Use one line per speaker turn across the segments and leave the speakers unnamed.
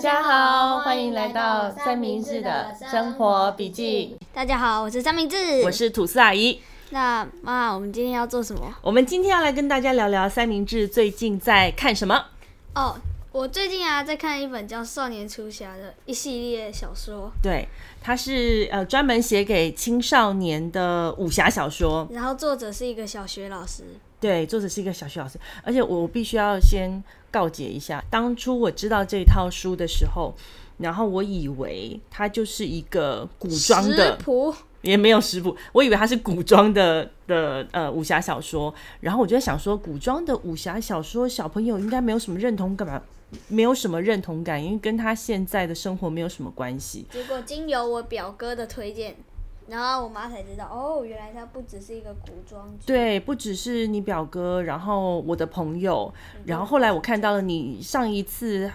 家好，欢迎来到三明治的生活笔记。
大家好，我是三明治，
我是吐司阿姨。
那妈，我们今天要做什么？
我们今天要来跟大家聊聊三明治最近在看什么。
哦，我最近啊在看一本叫《少年出侠》的一系列小说，
对，它是呃专门写给青少年的武侠小说。
然后作者是一个小学老师。
对，作者是一个小学老师，而且我必须要先告诫一下，当初我知道这套书的时候，然后我以为它就是一个古装的
食，谱
也没有食谱，我以为它是古装的的呃武侠小说，然后我就在想说，古装的武侠小说小朋友应该没有什么认同感吧，没有什么认同感，因为跟他现在的生活没有什么关系。
结果经由我表哥的推荐，然后我妈才知道，哦，原来它不只是一个古装剧。
对，不只是你表哥，然后我的朋友，
嗯
然后后来我看到了你上一次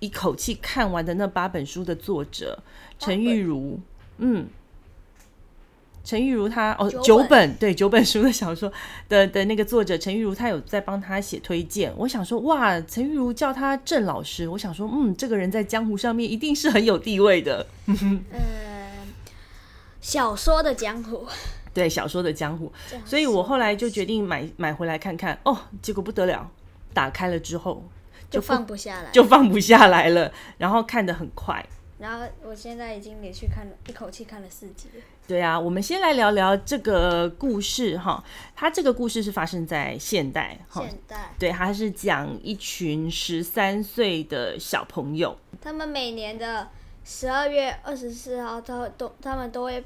一口气看完的那八本书的作者陈玉如，嗯，陈玉如她哦
九
九
本
本对九本书的小说的的那个作者陈玉如，她有在帮他写推荐。我想说哇，陈玉如叫他郑老师，我想说嗯，这个人在江湖上面一定是很有地位的。
呃，小说的江湖，
对小说的江湖，
这样
所以
说
我后来就决定买买回来看看。哦，结果不得了，打开了之后
就
不
放不下来。
就放不下来了，然后看得很快。
然后我现在已经连续看了一口气看了四集了。
对啊，我们先来聊聊这个故事哈。它这个故事是发生在现代哈，
现代，
对，它是讲一群十三岁的小朋友，
他们每年的十二月二十四号，他都他们都会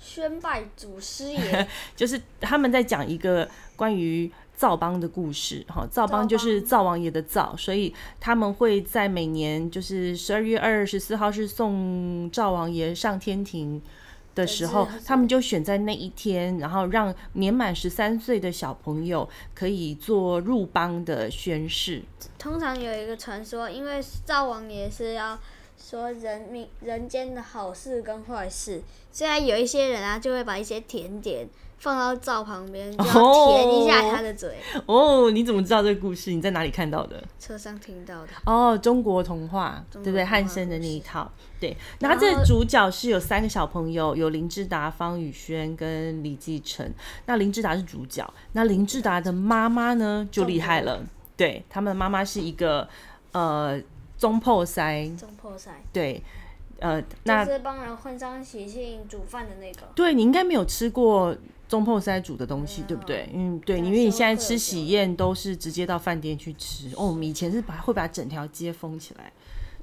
宣拜祖 师爷
就是他们在讲一个关于灶帮的故事，哈，灶帮
帮
就是灶王爷的灶，所以他们会在每年就是十二月二十四号是送灶王爷上天庭的时候
对是，是
他们就选在那一天，然后让年满十三岁的小朋友可以做入帮的宣誓，
通常有一个传说，因为灶王爷是要说人民人间的好事跟坏事，虽然有一些人啊就会把一些甜点放到灶旁边，就要甜一下他的嘴。
哦，你怎么知道这个故事？你在哪里看到的？
车上听到的，
哦，中国童话，对
中
不
国
对？
童话
汉生的
故
那一
事
套，对。那
然
他这
后
个主角是有三个小朋友，有林志达、方宇轩跟李继成。那林志达是主角，那林志达的妈妈呢就
中
厉害
国
了，对，他们的妈妈是一个呃中破塞，
中破塞，
对，呃，那
就是帮人混上喜庆煮饭的那个。
对你应该没有吃过中破塞煮的东西，对不对？嗯，对，
那
因为你
时候
现在
会啊有
吃
这
喜
种
宴都是直接到饭店去吃，哦，我们以前是把会把整条街封起来，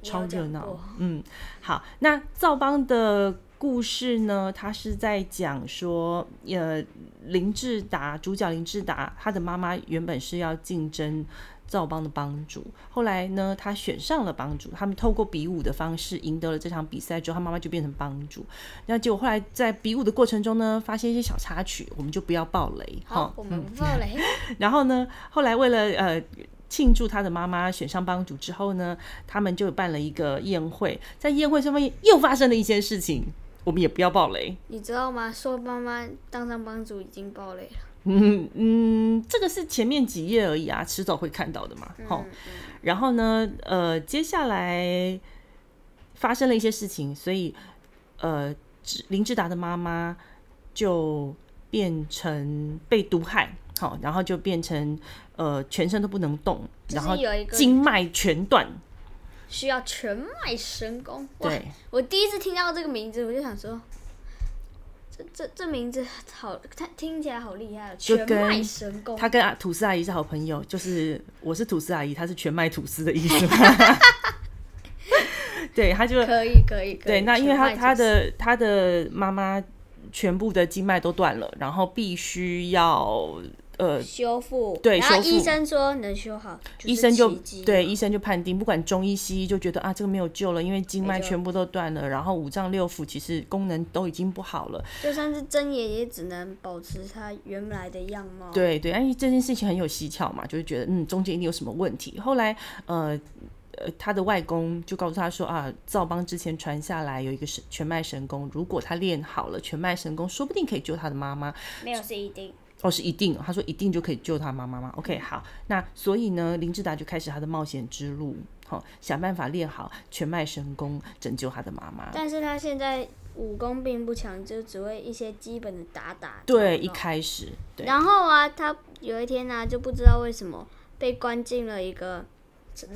你有
超热
讲
闹
过。
嗯，好，那赵邦的故事呢，他是在讲说，呃，林志达主角林志达，他的妈妈原本是要竞争。赵邦的帮主，后来呢，他选上了帮主。他们透过比武的方式赢得了这场比赛之后，他妈妈就变成帮主。那结果后来在比武的过程中呢，发现一些小插曲，我们就不要爆雷哈
好，。我
嗯
们不放雷。
然后呢，后来为了呃庆祝他的妈妈选上帮主之后呢，他们就办了一个宴会，在宴会上面又发生了一些事情，我们也不要爆雷。
你知道吗？说妈妈当上帮主已经爆雷了。
嗯嗯，这个是前面几页而已啊，迟早会看到的嘛。好、
嗯
然后呢，呃，接下来发生了一些事情，所以呃，志林志达的妈妈就变成被毒害，好、然后就变成呃全身都不能动，
就
然后
是有一个
经脉全断，
需要全脉神功。哇！
对，
我第一次听到这个名字，我就想说，这这这名字好，它听起来好厉害哦，
就
全
跟
脉神功。
他跟啊吐司阿姨是好朋友，就是我是吐司阿姨，她是全麦吐司的意思。 对，他就
可以可以可以。
对，那因为他
全脉
他
就是
的他的妈妈全部的经脉都断了，然后必须要呃，
修复，
对
然后
修复
医生说能修好，是
医生就
奇迹
对医生就判定，不管中医西医就觉得啊这个没有救了，因为经脉
没救
全部都断了，然后五脏六腑其实功能都已经不好了。
就算是真爷也只能保持他原来的样貌。，
对对，因为这件事情很有蹊跷嘛，就是觉得嗯中间一定有什么问题。后来呃呃，他的外公就告诉他说啊，赵邦之前传下来有一个神全脉神功，如果他练好了全脉神功，说不定可以救他的妈妈。
没有是一定。
哦，是一定哦，他说一定就可以救他妈妈吗？OK，好，那所以呢，林志达就开始他的冒险之路。好、想办法练好全脉神功，拯救他的妈妈。
但是他现在武功并不强，就只会一些基本的打打。
对，一
弄弄
开始，对，
嗯然后啊，他有一天呢、啊就不知道为什么被关进了一个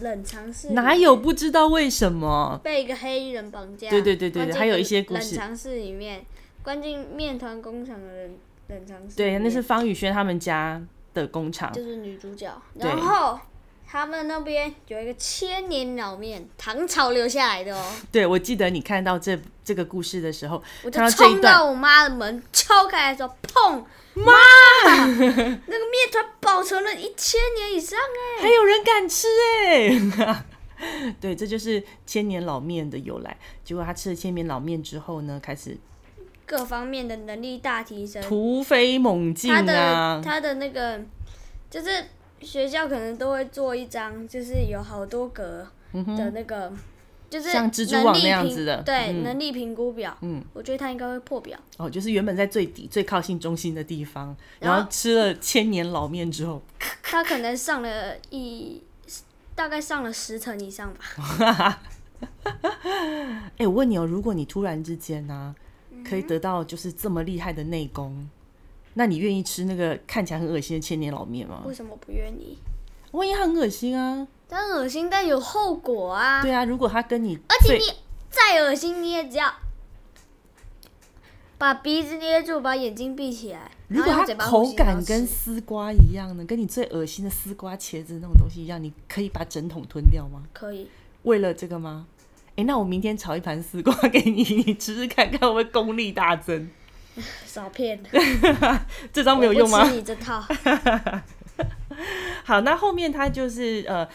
冷藏室里，
哪有不知道为什么？
被一个黑衣人绑架？
对对对对
关进
还有一些故
冷
事
藏室里面，关进面团工厂的冷冷藏室里
对，
面。
那是方宇轩他们家的工厂
就。是女主角。
对
然后他们那边有一个千年老面，唐朝留下来的哦。
对，我记得你看到这这个故事的时候，
我
看
就
到这一
冲
段
到我妈的门，敲开来说：“砰！妈，那个面团保存了一千年以上哎、
还有人敢吃哎、 对，这就是千年老面的由来。结果他吃了千年老面之后呢，开始
各方面的能力大提升。
突飞猛进
他的、
啊！
他的那个就是学校可能都会做一张，就是有好多格的那个。就是
嗯像蜘蛛
能
网
力
那样
评
子的
对、
嗯
能力评估表，
嗯，
我觉得他应该会破表。
哦，就是原本在最底、最靠近中心的地方，
然后
然后吃了千年老面之后，
他可能上了一大概上了十层以上吧。
哎、我问你哦，如果你突然之间呢、
嗯
可以得到就是这么厉害的内功，那你愿意吃那个看起来很恶心的千年老面吗？
为什么不愿意？
万一它很恶心啊？
但恶心，但有后果啊！
对啊，如果它跟你
而且
最
你再恶心，你也只要把鼻子捏住，把眼睛闭起来，
如果
然后用
它
嘴巴呼
口
吸然
感
后
跟
吃
丝瓜一样呢，跟你最恶心的丝瓜、茄子那种东西一样，你可以把整桶吞掉 吗？
可以，
为了这个吗？哎、那我明天炒一盘丝瓜给你，你吃吃看看，会不会功力大增？
少骗，
这招没有用吗
我不？吃你这 套，
好，那后面他就是呃，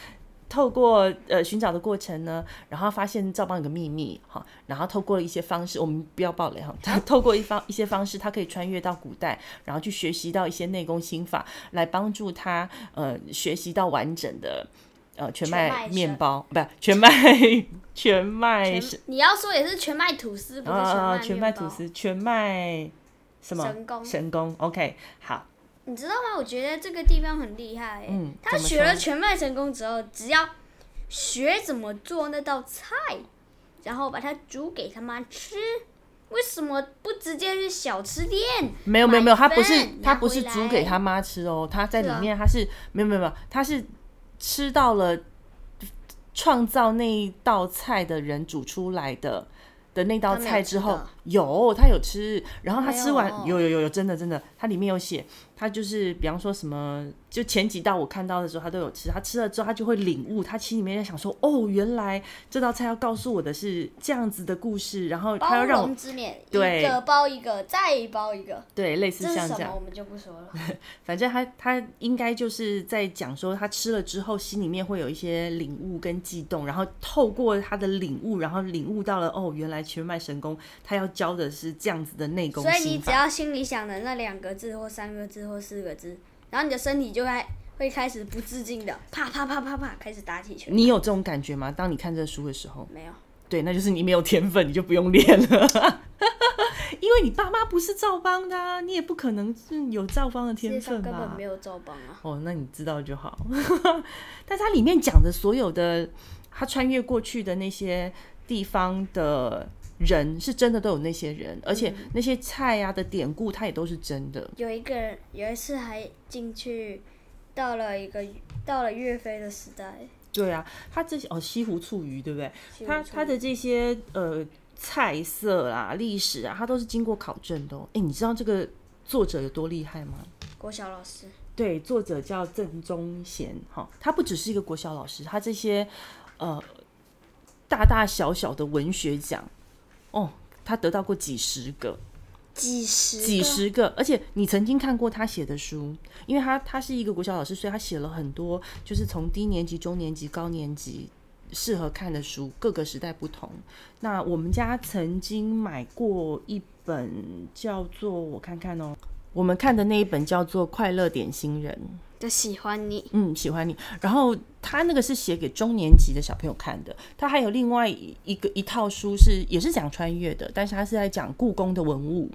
透过呃寻找的过程呢，然后发现赵邦有个秘密哈，然后透过一些方式，我们不要暴雷哈，他透过一方一些方式，他可以穿越到古代，然后去学习到一些内功心法，来帮助他呃学习到完整的。呃，全
全麦
麦
神
面包不全麦全麦
全
神
你要说也是全麦吐司，不是
啊，全
全
麦
麦
吐
面包。
司全麦什么
神功
神功 OK 好
你知道吗？我觉得这个地方很厉害、欸。
嗯
他
怎么
学了
说
全麦成功之后，只要学怎么做那道菜，然后把它煮给他妈吃。为什么不直接去小吃店？
没有没有没有，他不是
买一份
他
拿
不是
回
煮
来
给他妈吃哦，他在
是
里
啊
面他是没有没有没有，他是吃到了创造那一道菜的人煮出来的的那道
他没有
菜
吃
之后
到，
有他有吃，然后他
没
吃完
有
有有有有真的真的，他里面有写，他就是比方说什么，就前几道我看到的时候他都有吃，他吃了之后他就会领悟，他心里面在想说，哦，原来这道菜要告诉我的是这样子的故事，然后他
包
要让我
容之面，
对
一个包一个，再包一个，
对类似
这是
像
什
这样
么。我们就不说 了。
反正他他应该就是在讲说，他吃了之后心里面会有一些领悟跟悸动，然后透过他的领悟，然后领悟到了哦，原来全麦神功他要教的是这样子的内功
所以你
心
只
法。
要心里想的那两个字或三个字或四个字，然后你的身体就会会开始不自禁的啪啪啪啪啪开始打起拳。
你有这种感觉吗？当你看这书的时候，
没有，
对，那就是你没有天分，你就不用练了， 因为你爸妈不是照帮的、啊，你也不可能是有照帮的
世界
天
上
分吧？
根本没有照帮啊。
哦，那你知道就好。 但是它里面讲的所有的他穿越过去的那些地方的人，是真的都有那些人，而且
嗯
那些菜啊的典故，它也都是真的。
有一个人有一次还进去，到了一个到了岳飞的时代，
对啊，它这些哦西湖醋鱼，对不对？
西湖
它
醋
它的这些呃菜色啊、历史啊，它都是经过考证的、哦。哎，你知道这个作者有多厉害吗？
国小老师，
对，作者叫郑宗贤，哈、他不只是一个国小老师，他这些呃大大小小的文学奖，哦，他得到过几十个，
几十个
几十个，而且你曾经看过他写的书，因为他他是一个国小老师，所以他写了很多，就是从低年级、中年级、高年级适合看的书，各个时代不同。那我们家曾经买过一本叫做我看看哦，我们看的那一本叫做《快乐点心人》。
就喜欢你，
嗯，喜欢你。然后他那个是写给中年级的小朋友看的，他还有另外一一个一套书是也是讲穿越的，但是他是在讲故宫的文物，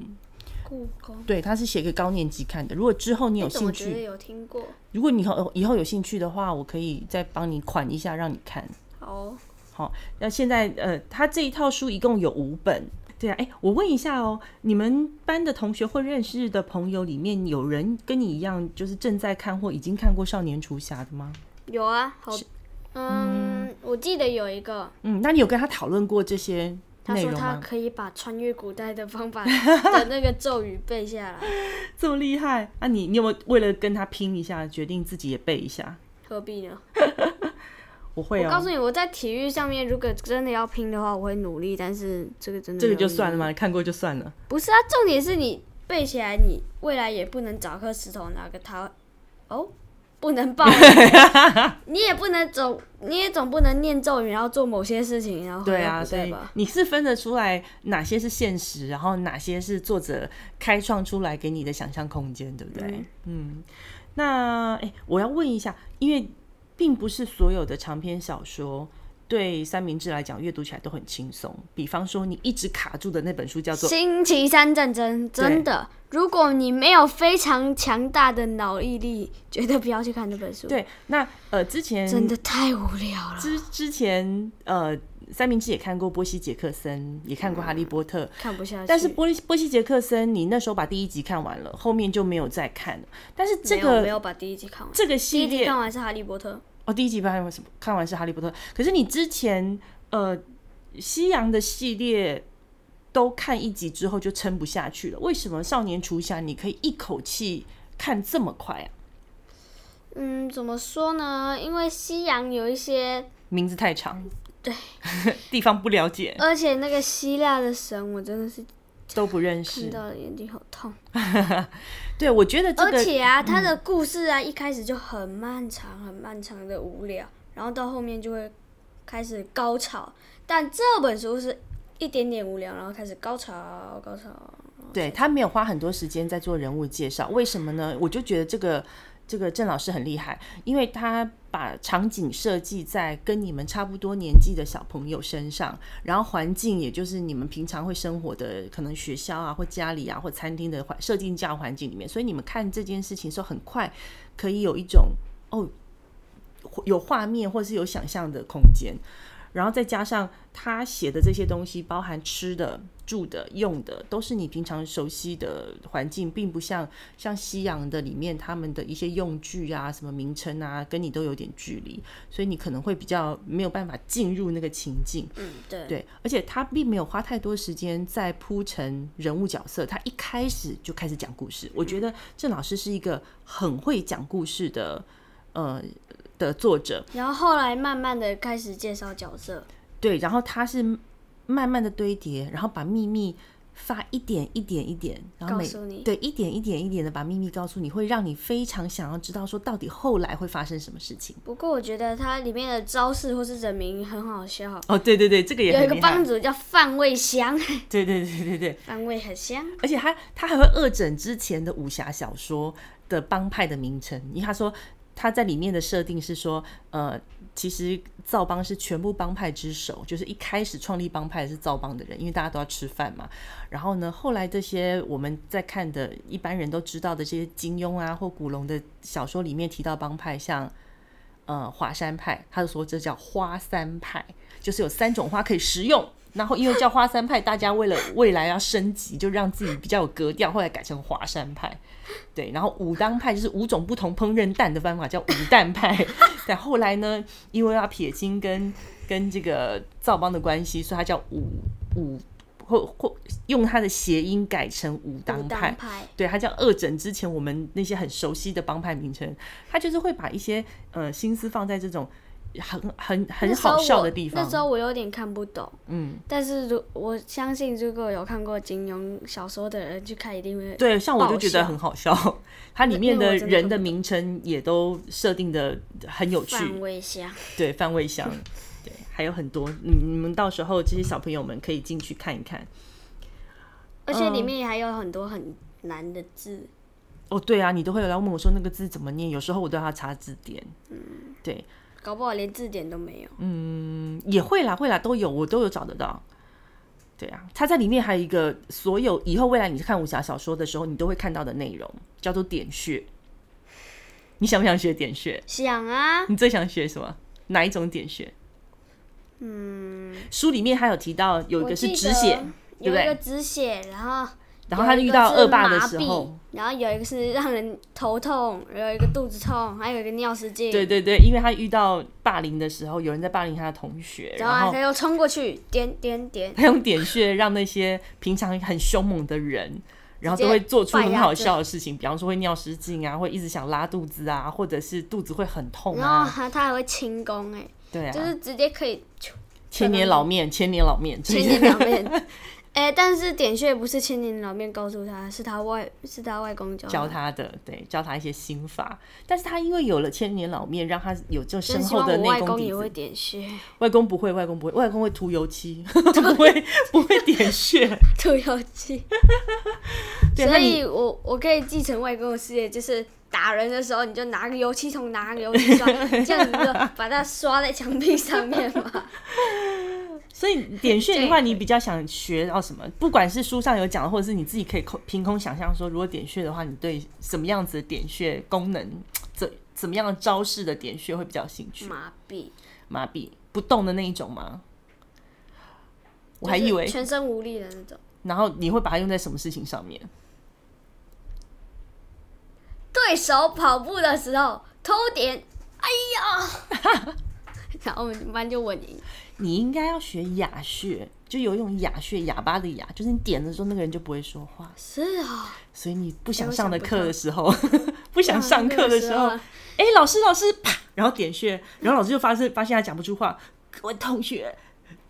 故宫。哎
对，他是写给高年级看的。如果之后你有
怎么
兴
觉得
趣，
有听过？
如果你以后以后有兴趣的话，我可以再帮你款一下让你看。
好哦，
那现在呃，他这一套书一共有五本。对啊，哎，我问一下哦，你们班的同学或认识的朋友里面，有人跟你一样，就是正在看或已经看过《少年厨侠》的吗？
有啊，好，嗯，我记得有一个，
嗯，那你有跟他讨论过这些
他
内
说
容
他
吗？
可以把穿越古代的方 法的那个咒语背下来，
这么厉害啊你！你有没有为了跟他拼一下，决定自己也背一下？
何必呢？
我会
我告
哦，
诉你，我在体育上面如果真的要拼的话，我会努力，但是这个真的
这个
没
就
有
算了
意义。
嘛，看过就算了。
不是啊，重点是你背起来，你未来也不能找颗石头拿个它，哦，不能 抱怨，你也不能总，你也总不能念咒语，然后做某些事情，然后
对
回到
啊，
古
所
代
以
吧。
你是分得出来哪些是现实，然后哪些是作者开创出来给你的想象空间，对不对？嗯，那哎、诶我要问一下，因为并不是所有的长篇小说对三明治来讲阅读起来都很轻松。比方说，你一直卡住的那本书叫做
星期三战争真的，如果你没有非常强大的脑毅力，绝对不要去看这本书，
对，那呃之前
真的太无聊了。
之之前呃三明治也看过波西·杰克森，也看过《哈利波特》
看不下去，
但是波利波西杰克森，你那时候把第一集看完了，后面就没有再看了。但是这
没有没
个
有把第一集看完，
这个
第
系
一集
列
看完是《哈利波特》。
哦，第一集看完什么？看完是哈利波特。可是你之前呃西洋的系列都看一集之后就撑不下去了，为什么少年厨侠你可以一口气看这么快啊？
嗯，怎么说呢？因为西洋有一些，
名字太长，
嗯
对， 地方不了解
而且那个希腊的神，我真的是
都不认
看
识。
到了眼睛好痛。
对，我觉得这
而
个嗯
且啊，它的故事啊，一开始就很漫长，很漫长的无聊，然后到后面就会开始高潮。但这本书是一点点无聊，然后开始高潮，高潮。
对他没有花很多时间在做人物介绍，为什么呢？我就觉得这个这个郑老师很厉害，因为他把场景设计在跟你们差不多年纪的小朋友身上，然后环境也就是你们平常会生活的，可能学校啊或家里啊或餐厅的环设定这样的环境里面，所以你们看这件事情的时候，很快可以有一种哦有画面或是有想象的空间。然后再加上他写的这些东西，包含吃的、住的、用的，都是你平常熟悉的环境，并不像像西洋的里面他们的一些用具啊、什么名称啊，跟你都有点距离，所以你可能会比较没有办法进入那个情境。
嗯，对。
对，而且他并没有花太多时间在铺陈人物角色，他一开始就开始讲故事。我觉得郑老师是一个很会讲故事的，呃的作者，
然后后来慢慢的开始介绍角色，
对，然后它是慢慢的堆叠，然后把秘密发一点一点一点，然后
告
每
诉你
对一点一点一点的把秘密告诉你，会让你非常想要知道说到底后来会发生什么事情。
不过我觉得它里面的招式或是人名很好笑，
哦，对对对，这个也
有一
很
个
厉害
帮主叫范卫香，
对对对对对，
范卫很香。
而且他他还会恶整之前的武侠小说的帮派的名称，因为他说他在里面的设定是说，呃，其实赵帮是全部帮派之首，就是一开始创立帮派的是赵帮的人，因为大家都要吃饭嘛。然后呢，后来这些我们在看的一般人都知道的这些金庸啊或古龙的小说里面提到帮派，像。呃，华山派，他就说这叫花三派，就是有三种花可以食用。然后因为叫花山派，大家为了未来要升级，就让自己比较有格调，后来改成华山派。对，然后武当派就是五种不同烹饪蛋的方法，叫武蛋派。 但后来呢，因为要撇清跟跟这个赵邦的关系，所以它叫武武或或用它的谐音改成武
武
当
当
派。
派
对，它叫恶整。之前我们那些很熟悉的帮派名称，它就是会把一些呃心思放在这种很很很
那时候
好笑
我
的地方。
那时候我有点看不懂，
嗯，
但是如我相信，如果有看过金庸小说的人去看，一定会
对，像我就
爆
觉得
笑
很好笑，它里
那
面
那我
的
真的
人
看
的
不
名称也都设定的很有趣，
范卫香。
对，范味 香，对，还有很多，你你们到时候这些小朋友们可以进去看一看。
而且里面还有很多很难的字，
哦，对啊，你都会来问我说那个字怎么念，有时候我都要查字典，
搞不好连字典都没有。
嗯，也会啦，会啦，都有，我都有找得到。对啊，它在里面还有一个所有以后未来你看武侠小说的时候，你都会看到的内容，叫做点穴。你想不想学点穴？
想啊，
你最想学什么？哪一种点穴？
嗯，
书里面还有提到有一
我
个是
记
止
得
血，对
有
不
一
对
个止血，然后
然后他
有一
遇
个
到
是
恶霸的
麻
时
痹
候，
然后有一个是让人头痛，有一个肚子痛，还有一个尿失禁。
对对对，因为他遇到霸凌的时候，有人在霸凌他的同学，
然
然
后
后啊
他又冲过去，点点 点，
他用点穴让那些平常很凶猛的人，然后都会做出很好笑的事情，比方说会尿失禁啊，会一直想拉肚子啊，或者是肚子会很痛
然后
啊，
还他还会轻功哎、
对啊，
就是直接可以啾
千年老面，千年老面，
千年老面。哎、但是点穴不是千年老面告诉他，是他外是他外公教
教他的，对，教他一些心法。但是他因为有了千年老面，让他有这
真
深
希
厚
望
的
我
内
外
功
公
底
也
子
会。点穴，
外公不会，外公不会，外公会涂油漆， 不会不会点穴。
涂油漆。
对
所
那你
以我我可以继承外公的事业，就是打人的时候你就拿个油漆桶，拿个油漆刷，这样子 就把它刷在墙壁上面嘛。
所以点穴的话，你比较想学到什么？不管是书上有讲的，或者是你自己可以空凭空想象说，如果点穴的话，你对什么样子的点穴功能，怎怎么样的招式的点穴会比较有兴趣？
麻痹，
麻痹不动的那一种吗？我还
就是
以为，
全身无力的那种。
然后你会把它用在什么事情上面？
对手跑步的时候偷点，哎呀！ 然后我们班就稳赢，
你应该要学哑穴，就有一种哑穴，哑巴的哑，就是你点的时候那个人就不会说话，
是哦，
所以你不
哎
想
我
上
想
的
不
课
到
的时候，不想 上课的时候，
啊，
哎、老师，老师，啪，然后点穴，然后老师就发现发现他讲不出话，各位同学，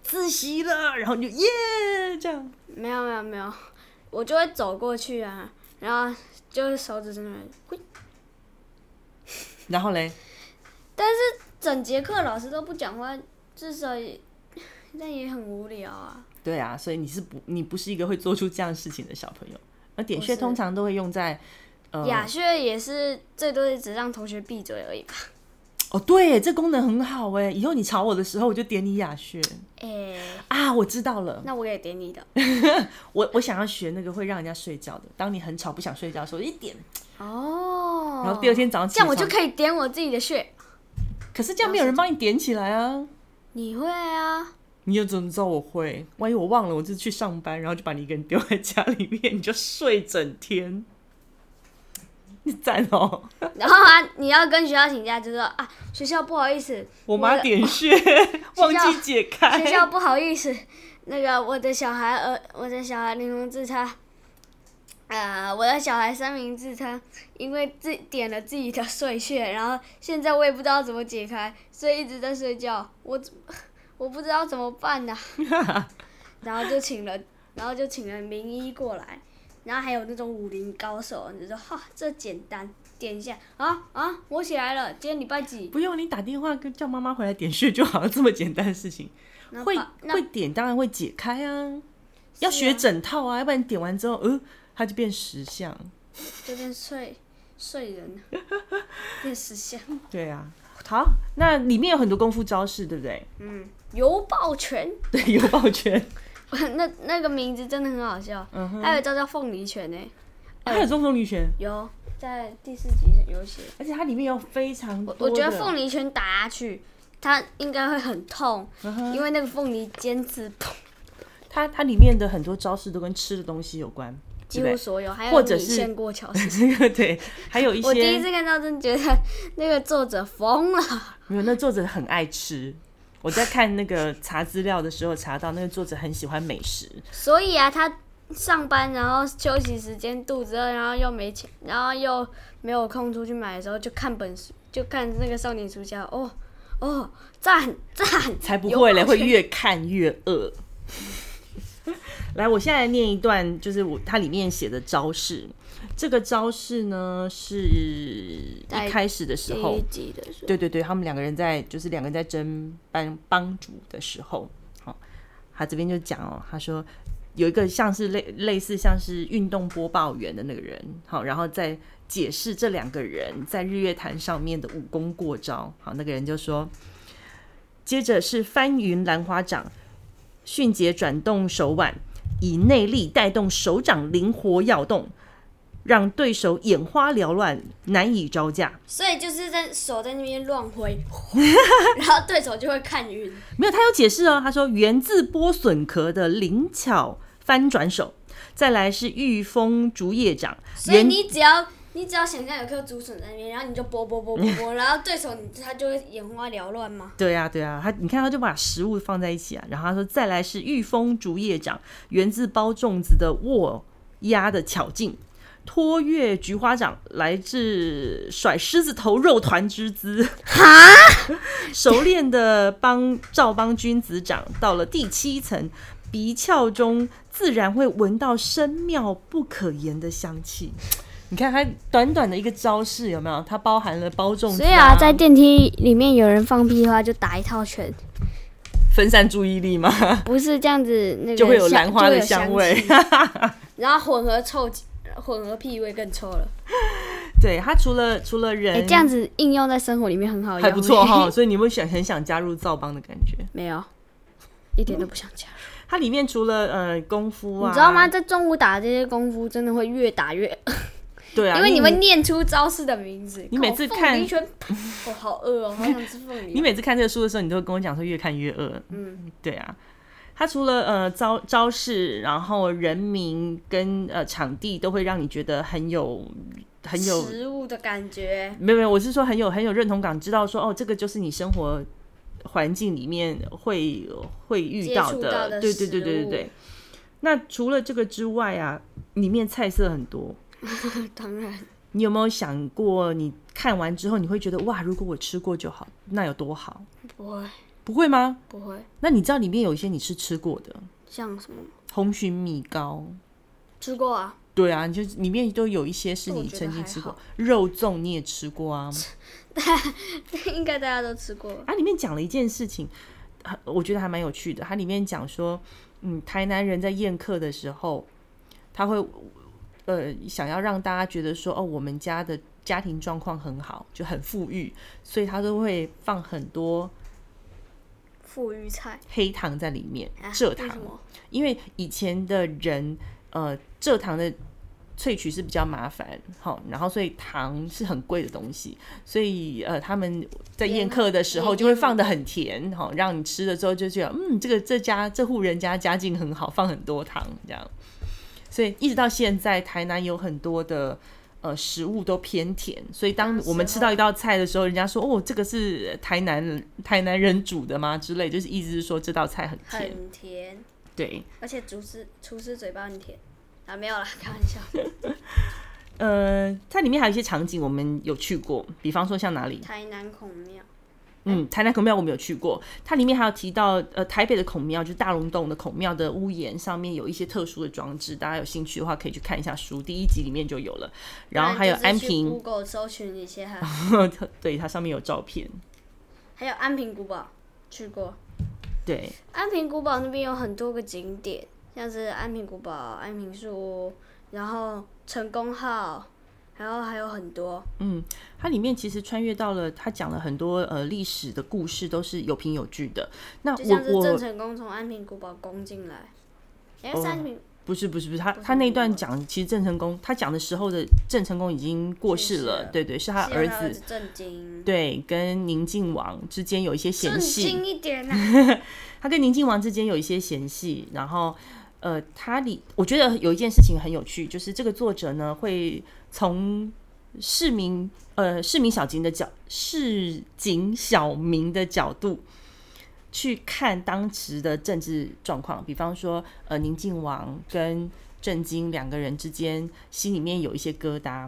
自习了，然后你就耶，这样
没有没有没有，我就会走过去啊，然后就是手指在那里，喂
然后嘞，
整节课老师都不讲话，至少也那也很无聊啊。
对啊，所以你是不，你不是一个会做出这样事情的小朋友，而点
不
穴
是
通常都会用在，呃，
雅雀也是最多只让同学闭嘴而已吧。
哦，对耶，这功能很好哎，以后你吵我的时候，我就点你哑穴
哎、
啊，我知道了，
那我也点 你的。
我我想要学那个会让人家睡觉的，当你很吵不想睡觉的时候，一点，
哦。
然后第二天早上起
这样我就
床
可以点我自己的穴。
可是这样没有人帮你点起来啊。
你会啊？
你又怎么知道我会？万一我忘了，我就去上班，然后就把你一个人丢在家里面，你就睡整天。你赞哦，
然后啊，你要跟学校请假，就说啊，学校不好意思，
我妈
的
点 穴忘记解开
学，校不好意思，那个我的小孩呃，我的小孩柠檬自他，呃，我的小孩三明治他因为自点了自己的睡穴，然后现在我也不知道怎么解开，所以一直在睡觉，我怎我不知道怎么办呐、然后就请了，然后就请了名医过来，然后还有那种武林高手，你就说哈这简单，点一下啊啊，我起来了，今天礼拜几？
不用你打电话跟叫妈妈回来点穴，就好像这么简单的事情。
然后
会
把那
会点当然会解开啊，要学整套啊，要不然你点完之后，呃，它就变十项。
这边睡睡人 了，变石像。
对啊，好，那里面有很多功夫招式，对不对？
嗯，油爆拳，
对，有抱拳，
那那个名字真的很好笑。
嗯哼，
还有一招叫凤梨拳呢、呃
还有中风女拳，
有在第四集有写。
而且它里面有非常多
我我觉得
的
凤梨拳打下去，它应该会很痛，
嗯哼
因为那个凤梨尖刺痛，
它它里面的很多招式都跟吃的东西有关，
几
对不
乎
对
所有，还
或
有
者
米
是
线过桥式。
这个对，还有一
我第一
些
次看到，真觉得那个作者疯了。
没有，那作者很爱吃。我在看那个查资料的时候查到，那个作者很喜欢美食，
所以啊，他上班，然后休息时间肚子饿，然后又没钱，然后又没有空出去买的时候，就看本书，就看那个少年书家。哦哦，赞赞！
才不
有
会嘞，
抱
会
歉
越看越饿。 来，我现在念一段，就是我它里面写的招式。这个招式呢，是一
在
开始的时
第
候
一，集的时候，
对对对，他们两个人在就是两个人在争帮帮主的时候，好、他这边就讲哦，他说有一个像是类类似像是运动播报员的那个人，好、然后再解释这两个人在日月潭上面的武功过招，好，那个人就说，接着是翻云兰花掌，迅捷转动手腕，以内力带动手掌灵活摇动。让对手眼花缭乱，难以招架。
所以就是在手在那边乱挥，然后对手就会看晕。
没有，他有解释哦。他说，源自剥笋壳的灵巧翻转手，再来是御风竹叶掌。
所以
原
你只要你只要想象有颗竹笋在那边，然后你就拨拨拨拨拨，然后对手你他就会眼花缭乱 嘛。
对啊，对啊，他你看他就把食物放在一起啊，然后他说再来是御风竹叶掌，源自包粽子的握压的巧劲。托月菊花掌来自甩狮子头肉团之姿，
哈，
熟练的帮赵邦君子掌到了第七层，鼻窍中自然会闻到深妙不可言的香气。你看他短短的一个招式有没有？它包含了包粽子、
所以啊，在电梯里面有人放屁的话，就打一套拳，
分散注意力嘛，
不是这样子，那个
就会有
香
兰花的
就会有
香味。
气然后混合臭气混合屁味更臭了。
对他除了除了人、
哎、这样子应用在生活里面很好用，欸
还不错 哈，。所以你会想很想加入造帮的感觉。
没有，一点都不想加入。
它里面除了呃功夫啊，
你知道吗？？在中午打这些功夫，真的会越打越
对啊，
因为你会念出招式的名字。
你每次
口
看
凤梨拳，我、好饿 哦，好想吃凤
你
梨。
每次看这个书的时候，你都会跟我讲说越看越饿。
嗯，
对啊。它除了呃招招式，然后人名跟呃场地都会让你觉得很有很有
食物的感觉，
没有没有，我是说很有很有认同感，知道说哦，这个就是你生活环境里面会会遇到
接触
的，
到的
对对对对
食
对
物
对。那除了这个之外啊，里面菜色很多，
当然
你有没有想过，你看完之后你会觉得哇，如果我吃过就好，那有多好？
不会
不会吗？
不会
那你知道里面有一些你是吃过的，
像什么
红鲟米糕，
吃过啊，
对啊，你就里面都有一些是
那我
你
觉得
曾经
还
吃过
好，
肉粽你也吃过啊。
应该大家都吃过吧。
它里面讲了一件事情，呃我觉得还蛮有趣的。它里面讲说，嗯，台南人在宴客的时候，他会呃想要让大家觉得说，哦，我们家的家庭状况很好，就很富裕，所以他都会放很多
富裕菜，
黑糖在里面，
啊、
蔗
为
糖
什，么？
因为以前的人呃蔗糖的。萃取是比较麻烦，好，然后所以糖是很贵的东西，所以呃，他们在
盐
宴客的时候
盐
就会
腌
放的很甜，好，让你吃了之后就觉得，嗯，这个这家这户人家家境很好，放很多糖这样，所以一直到现在，台南有很多的呃食物都偏甜，所以当
那时
我们吃到一道菜的时候，人家说哦，这个是台南台南人煮的吗？之类，就是意思是说这道菜很甜，
很甜，
对，
而且厨师厨师嘴巴很甜啊，没有啦，开玩笑。
呃，它里面还有一些场景我们有去过，比方说像哪里？
台南孔庙，
嗯，台南孔庙我们有去过，它里面还有提到，呃，台北的孔庙就是大龙洞的孔庙的屋檐上面有一些特殊的装置，大家有兴趣的话可以去看一下书，第一集里面就有了。 然后还有
不然
安
就是去
平，
，Google 搜寻一下，
对，它上面有照片。
还有安平古堡，去过。
对，
安平古堡那边有很多个景点，像是安平古堡、安平树屋，然后成功号，然后还有很多。
它里面其实穿越到了，它讲了很多呃历史的故事，都是有凭有据的。那
就像是
我
郑
我
成功从安平古堡攻进来，哎、
哦
是安平
不是不是不是，他
不是
他那
你
段
吗
讲，其实郑成功他讲的时候的郑成功已经过
去
世
世
了，
了
对对，是他
是
儿
用他
子
儿子震惊，
对，跟宁靖王之间有一些嫌
震
隙
惊，一 点啊！
他跟宁靖王之间有一些嫌隙，然后呃，他里我觉得有一件事情很有趣，就是这个作者呢会从市民呃市民小景的角市井小民的角度。去看当时的政治状况，比方说，呃，宁靖王跟郑经两个人之间心里面有一些疙瘩，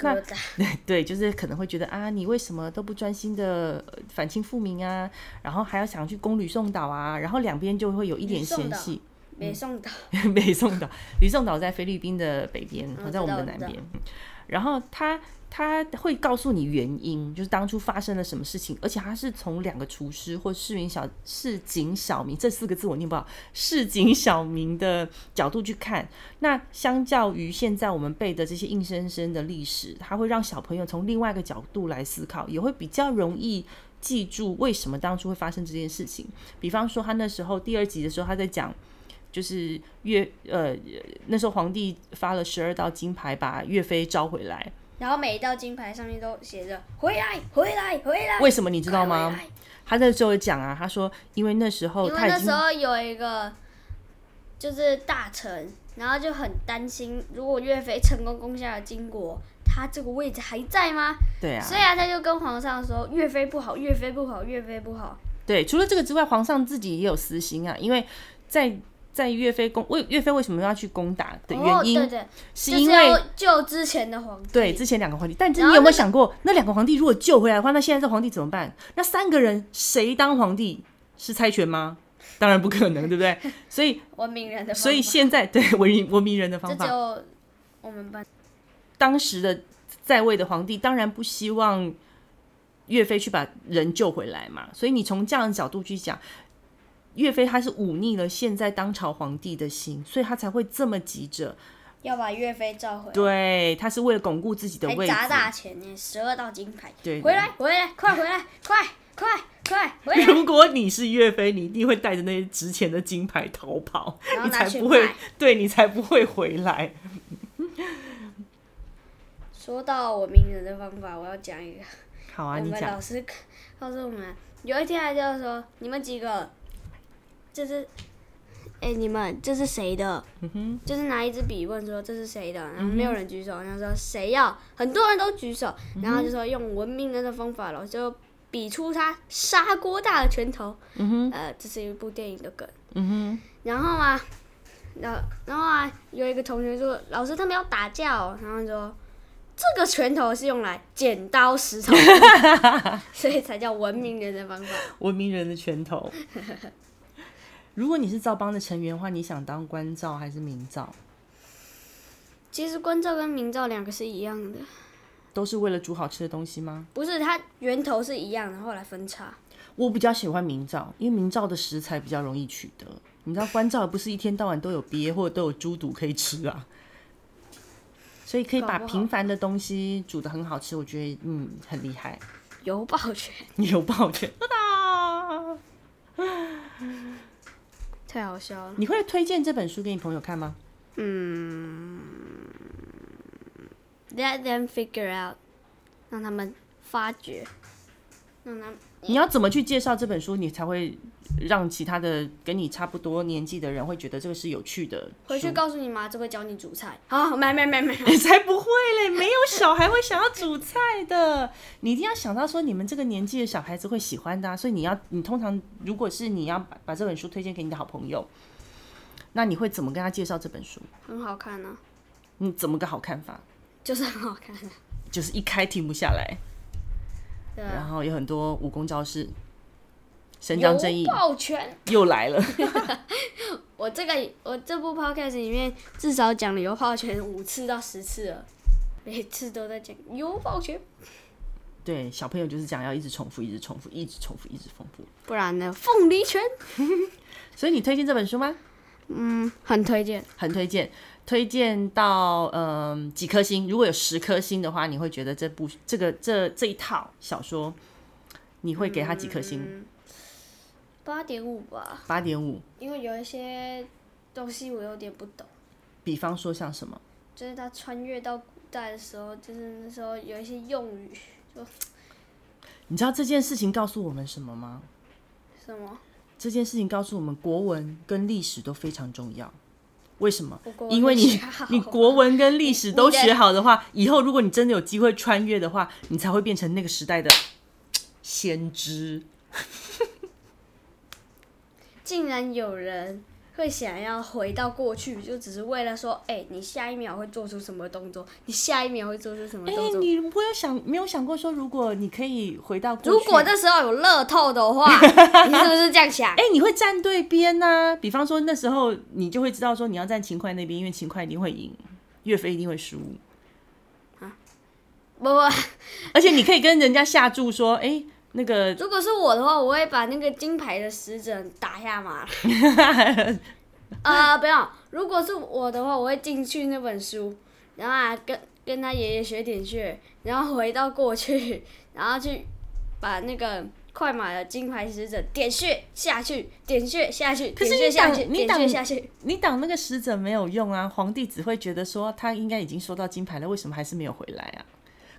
那
疙瘩，
对，就是可能会觉得啊，你为什么都不专心的反清复明啊？然后还要想去攻吕宋岛啊，然后两边就会有一点
吕宋
嫌
岛
隙。
没送到，
北宋岛，吕宋岛在菲律宾的北边，
嗯
好在我们的
知道
南
知道
边。嗯然后他他会告诉你原因，就是当初发生了什么事情，而且他是从两个厨师或市民小市井小民这四个字我念不好，市井小民的角度去看。那相较于现在我们背的这些硬生生的历史，它会让小朋友从另外一个角度来思考，也会比较容易记住为什么当初会发生这件事情。比方说，他那时候第二集的时候，他在讲就是岳呃那时候皇帝发了十二道金牌把岳飞招回来，
然后每一道金牌上面都写着“回来，回来，回来”，
为什么你知道
快回
吗
来？
他那时候有讲啊，他说因为那时候
因为
他
那
已经
时候有一个哦就是大臣，然后就很担心，如果岳飞成功攻下了金国，他这个位置还在吗？
对啊，
所以啊，他就跟皇上说：“岳飞不好，岳飞不好，岳飞不好。
对，除了这个之外，皇上自己也有私心啊，因为在在岳飞攻为岳飞为什么要去攻打”的
哦，
原因，
对对，
是
就是
因为、
要救之前的皇帝。
对之前两个皇帝，但是
然
你
后
有没有
那
想过，那两个皇帝如果救回来的话，那现在这皇帝怎么办？那三个人谁当皇帝？是猜拳吗？当然不可能，对不对？所以，
文明人的方法，
所以现在对文明文明人的
这
方
只
法，
有我们班。
当时的在位的皇帝当然不希望岳飞去把人救回来嘛。所以你从这样的角度去讲，岳飞他是忤逆了现在当朝皇帝的心，所以他才会这么急着。
要把岳飞召回来，
对，他是为了巩固自己的
还
位置。
砸大钱呢，十二道金牌，
对，对
回来回来，快回来，快快快 回来，
如果你是岳飞，你一定会带着那些值钱的金牌逃跑，
然后
你
拿
才
去
不会
卖。，
对你才不会回来。
说到我名人的方法，我要讲一个，
好啊，
我
你
们
讲
老师告诉我们，有一天他就说，你们几个，就是。哎、你们这是谁的？
嗯
就是拿一支笔问说这是谁的，然后没有人举手，然后说谁要，很多人都举手，
嗯
然后就说用文明人的方法了，就比出他砂锅大的拳头。
嗯
呃，这是一部电影的梗。然后啊，然后然后啊，有一个同学说老师他们要打架哦，然后说这个拳头是用来剪刀石头布， 所以才叫文明人的方法。
文明人的拳头。 如果你是赵邦的成员的话，你想当关照还是明照？
其实关照跟明照两个是一样的，
都是为了煮好吃的东西吗？
不是它源头是一样的，后来分叉。
我比较喜欢明照，因为明照的食材比较容易取得。你知道关照不是一天到晚都有鳖或者都有猪肚可以吃啊，所以可以把
搞不好
平凡的东西煮的很好吃，我觉得嗯很厉害。
犹抱拳
有抱拳，
太好笑了。
你会推荐这本书给你朋友看吗？
Let them figure out，让他们发掘，让他们
你要怎么去介绍这本书，你才会让其他的跟你差不多年纪的人会觉得这个是有趣的书？
回去告诉你妈，这会教你煮菜。好，没没没没，
你才不会嘞！没有小孩会想要煮菜的，你一定要想到说你们这个年纪的小孩子会喜欢的、啊，所以你要，你通常如果是你要把把这本书推荐给你的好朋友，那你会怎么跟他介绍这本书？
很好看呢、
你怎么个好看法？
就是很好看、啊
就是一开停不下来，
对啊，
然后有很多武功招式，伸张正义
有抱拳，
又来了。
我这个我这部 podcast 里面至少讲了有抱拳五次到十次了，每次都在讲有抱拳，
对，小朋友就是这样，要一直重复，一直重复，一直重复，一直重复。
不然呢凤梨拳，
所以你推荐这本书吗？
嗯，很推荐，
很推荐，推荐到嗯、几颗星？如果有十颗星的话，你会觉得这部这个这这一套小说，你会给它几颗
嗯
星？
八点五吧，
八点五。
因为有一些东西我有点不懂。
比方说像什么？
就是他穿越到古代的时候，就是那时候有一些用语，就
你知道这件事情告诉我们什么吗？
什么
这件事情告诉我们，国文跟历史都非常重要。为什么？
我国文
因为
没
你
学好
你国文跟历史都
你 的
学好的话，以后如果你真的有机会穿越的话，你才会变成那个时代的先知。
竟然有人会想要回到过去，就只是为了说，哎、你下一秒会做出什么动作，你下一秒会做出什么
哎、
动作。
你不有想没有想过说，如果你可以回到过去
如果那时候有乐透的话， 你是不是这样想？
哎、你会站对边呐、比方说那时候你就会知道说你要站秦桧那边，因为秦桧一定会赢，岳飞一定会输，
不 不，
而且你可以跟人家下注说，哎、那个
如果是我的话，我会把那个金牌的使者打下马。 呃，不要。如果是我的话，我会进去那本书，然后啊，跟跟 他爷爷学点穴，然后回到过去，然后去把那个快马的金牌使者点穴下去，点穴下去，
可
点
是
穴
你
下
挡
去，
你
点穴
挡
下去。
你挡那个使者没有用啊，皇帝只会觉得说他应该已经收到金牌了，为什么还是没有回来啊？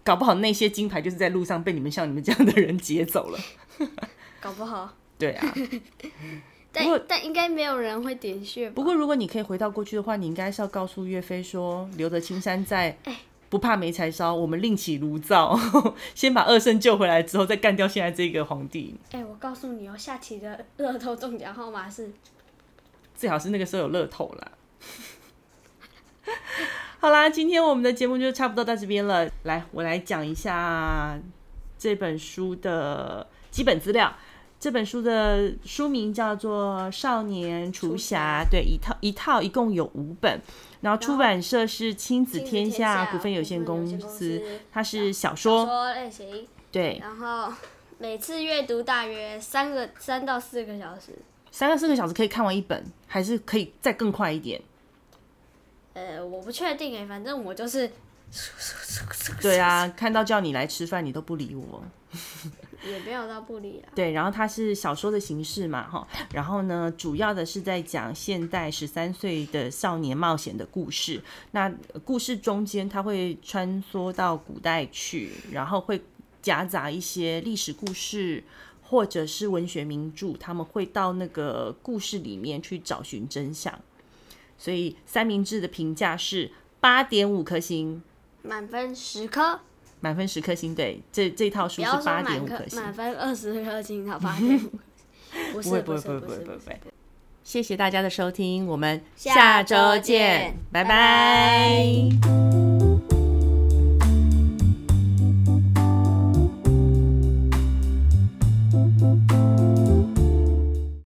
搞不好那些金牌就是在路上被你们像你们这样的人劫走了。
搞不好，
对啊，
但
不过
但应该没有人会点穴吧？
不过如果你可以回到过去的话，你应该是要告诉岳飞说，留得青山在，不怕没柴烧。我们另起炉灶， 先把二圣救回来之后，再干掉现在这个皇帝。
哎、我告诉你哦，下期的乐透中奖号码是
最好是那个时候有乐透啦。好啦，今天我们的节目就差不多到这边了。来，我来讲一下这本书的基本资料。这本书的书名叫做《少年厨侠》，对，一套一套一共有五本，然后出版社是亲子
亲子
天下股份有限公
公
司，
司
它是小
小
说，
说类型，
对，
然后每次阅读大约三个三到四个小时。
三到四个小时可以看完一本，还是可以再更快一点。
呃，我不确定哎、反正我就是
对 啊，看到叫你来吃饭，你都不理我。
也没有到不理啦。
对，然后它是小说的形式嘛，哈，然后呢，主要的是在讲现代十三岁的少年冒险的故事。那呃故事中间，它会穿梭到古代去，然后会夹杂一些历史故事或者是文学名著，他们会到那个故事里面去找寻真相。所以三明治的评价是八点五颗星，
满分十颗，
满分十颗星。对，这这套
不
书是
要说
八点
满
五
颗
颗，星。
满分二十颗星，好八点五。不
不会
是
不会
是
不会
不
不
是
会不
不
会
是
不会。谢谢大家的收听，我们
下
下周
周见
见，拜
拜拜
拜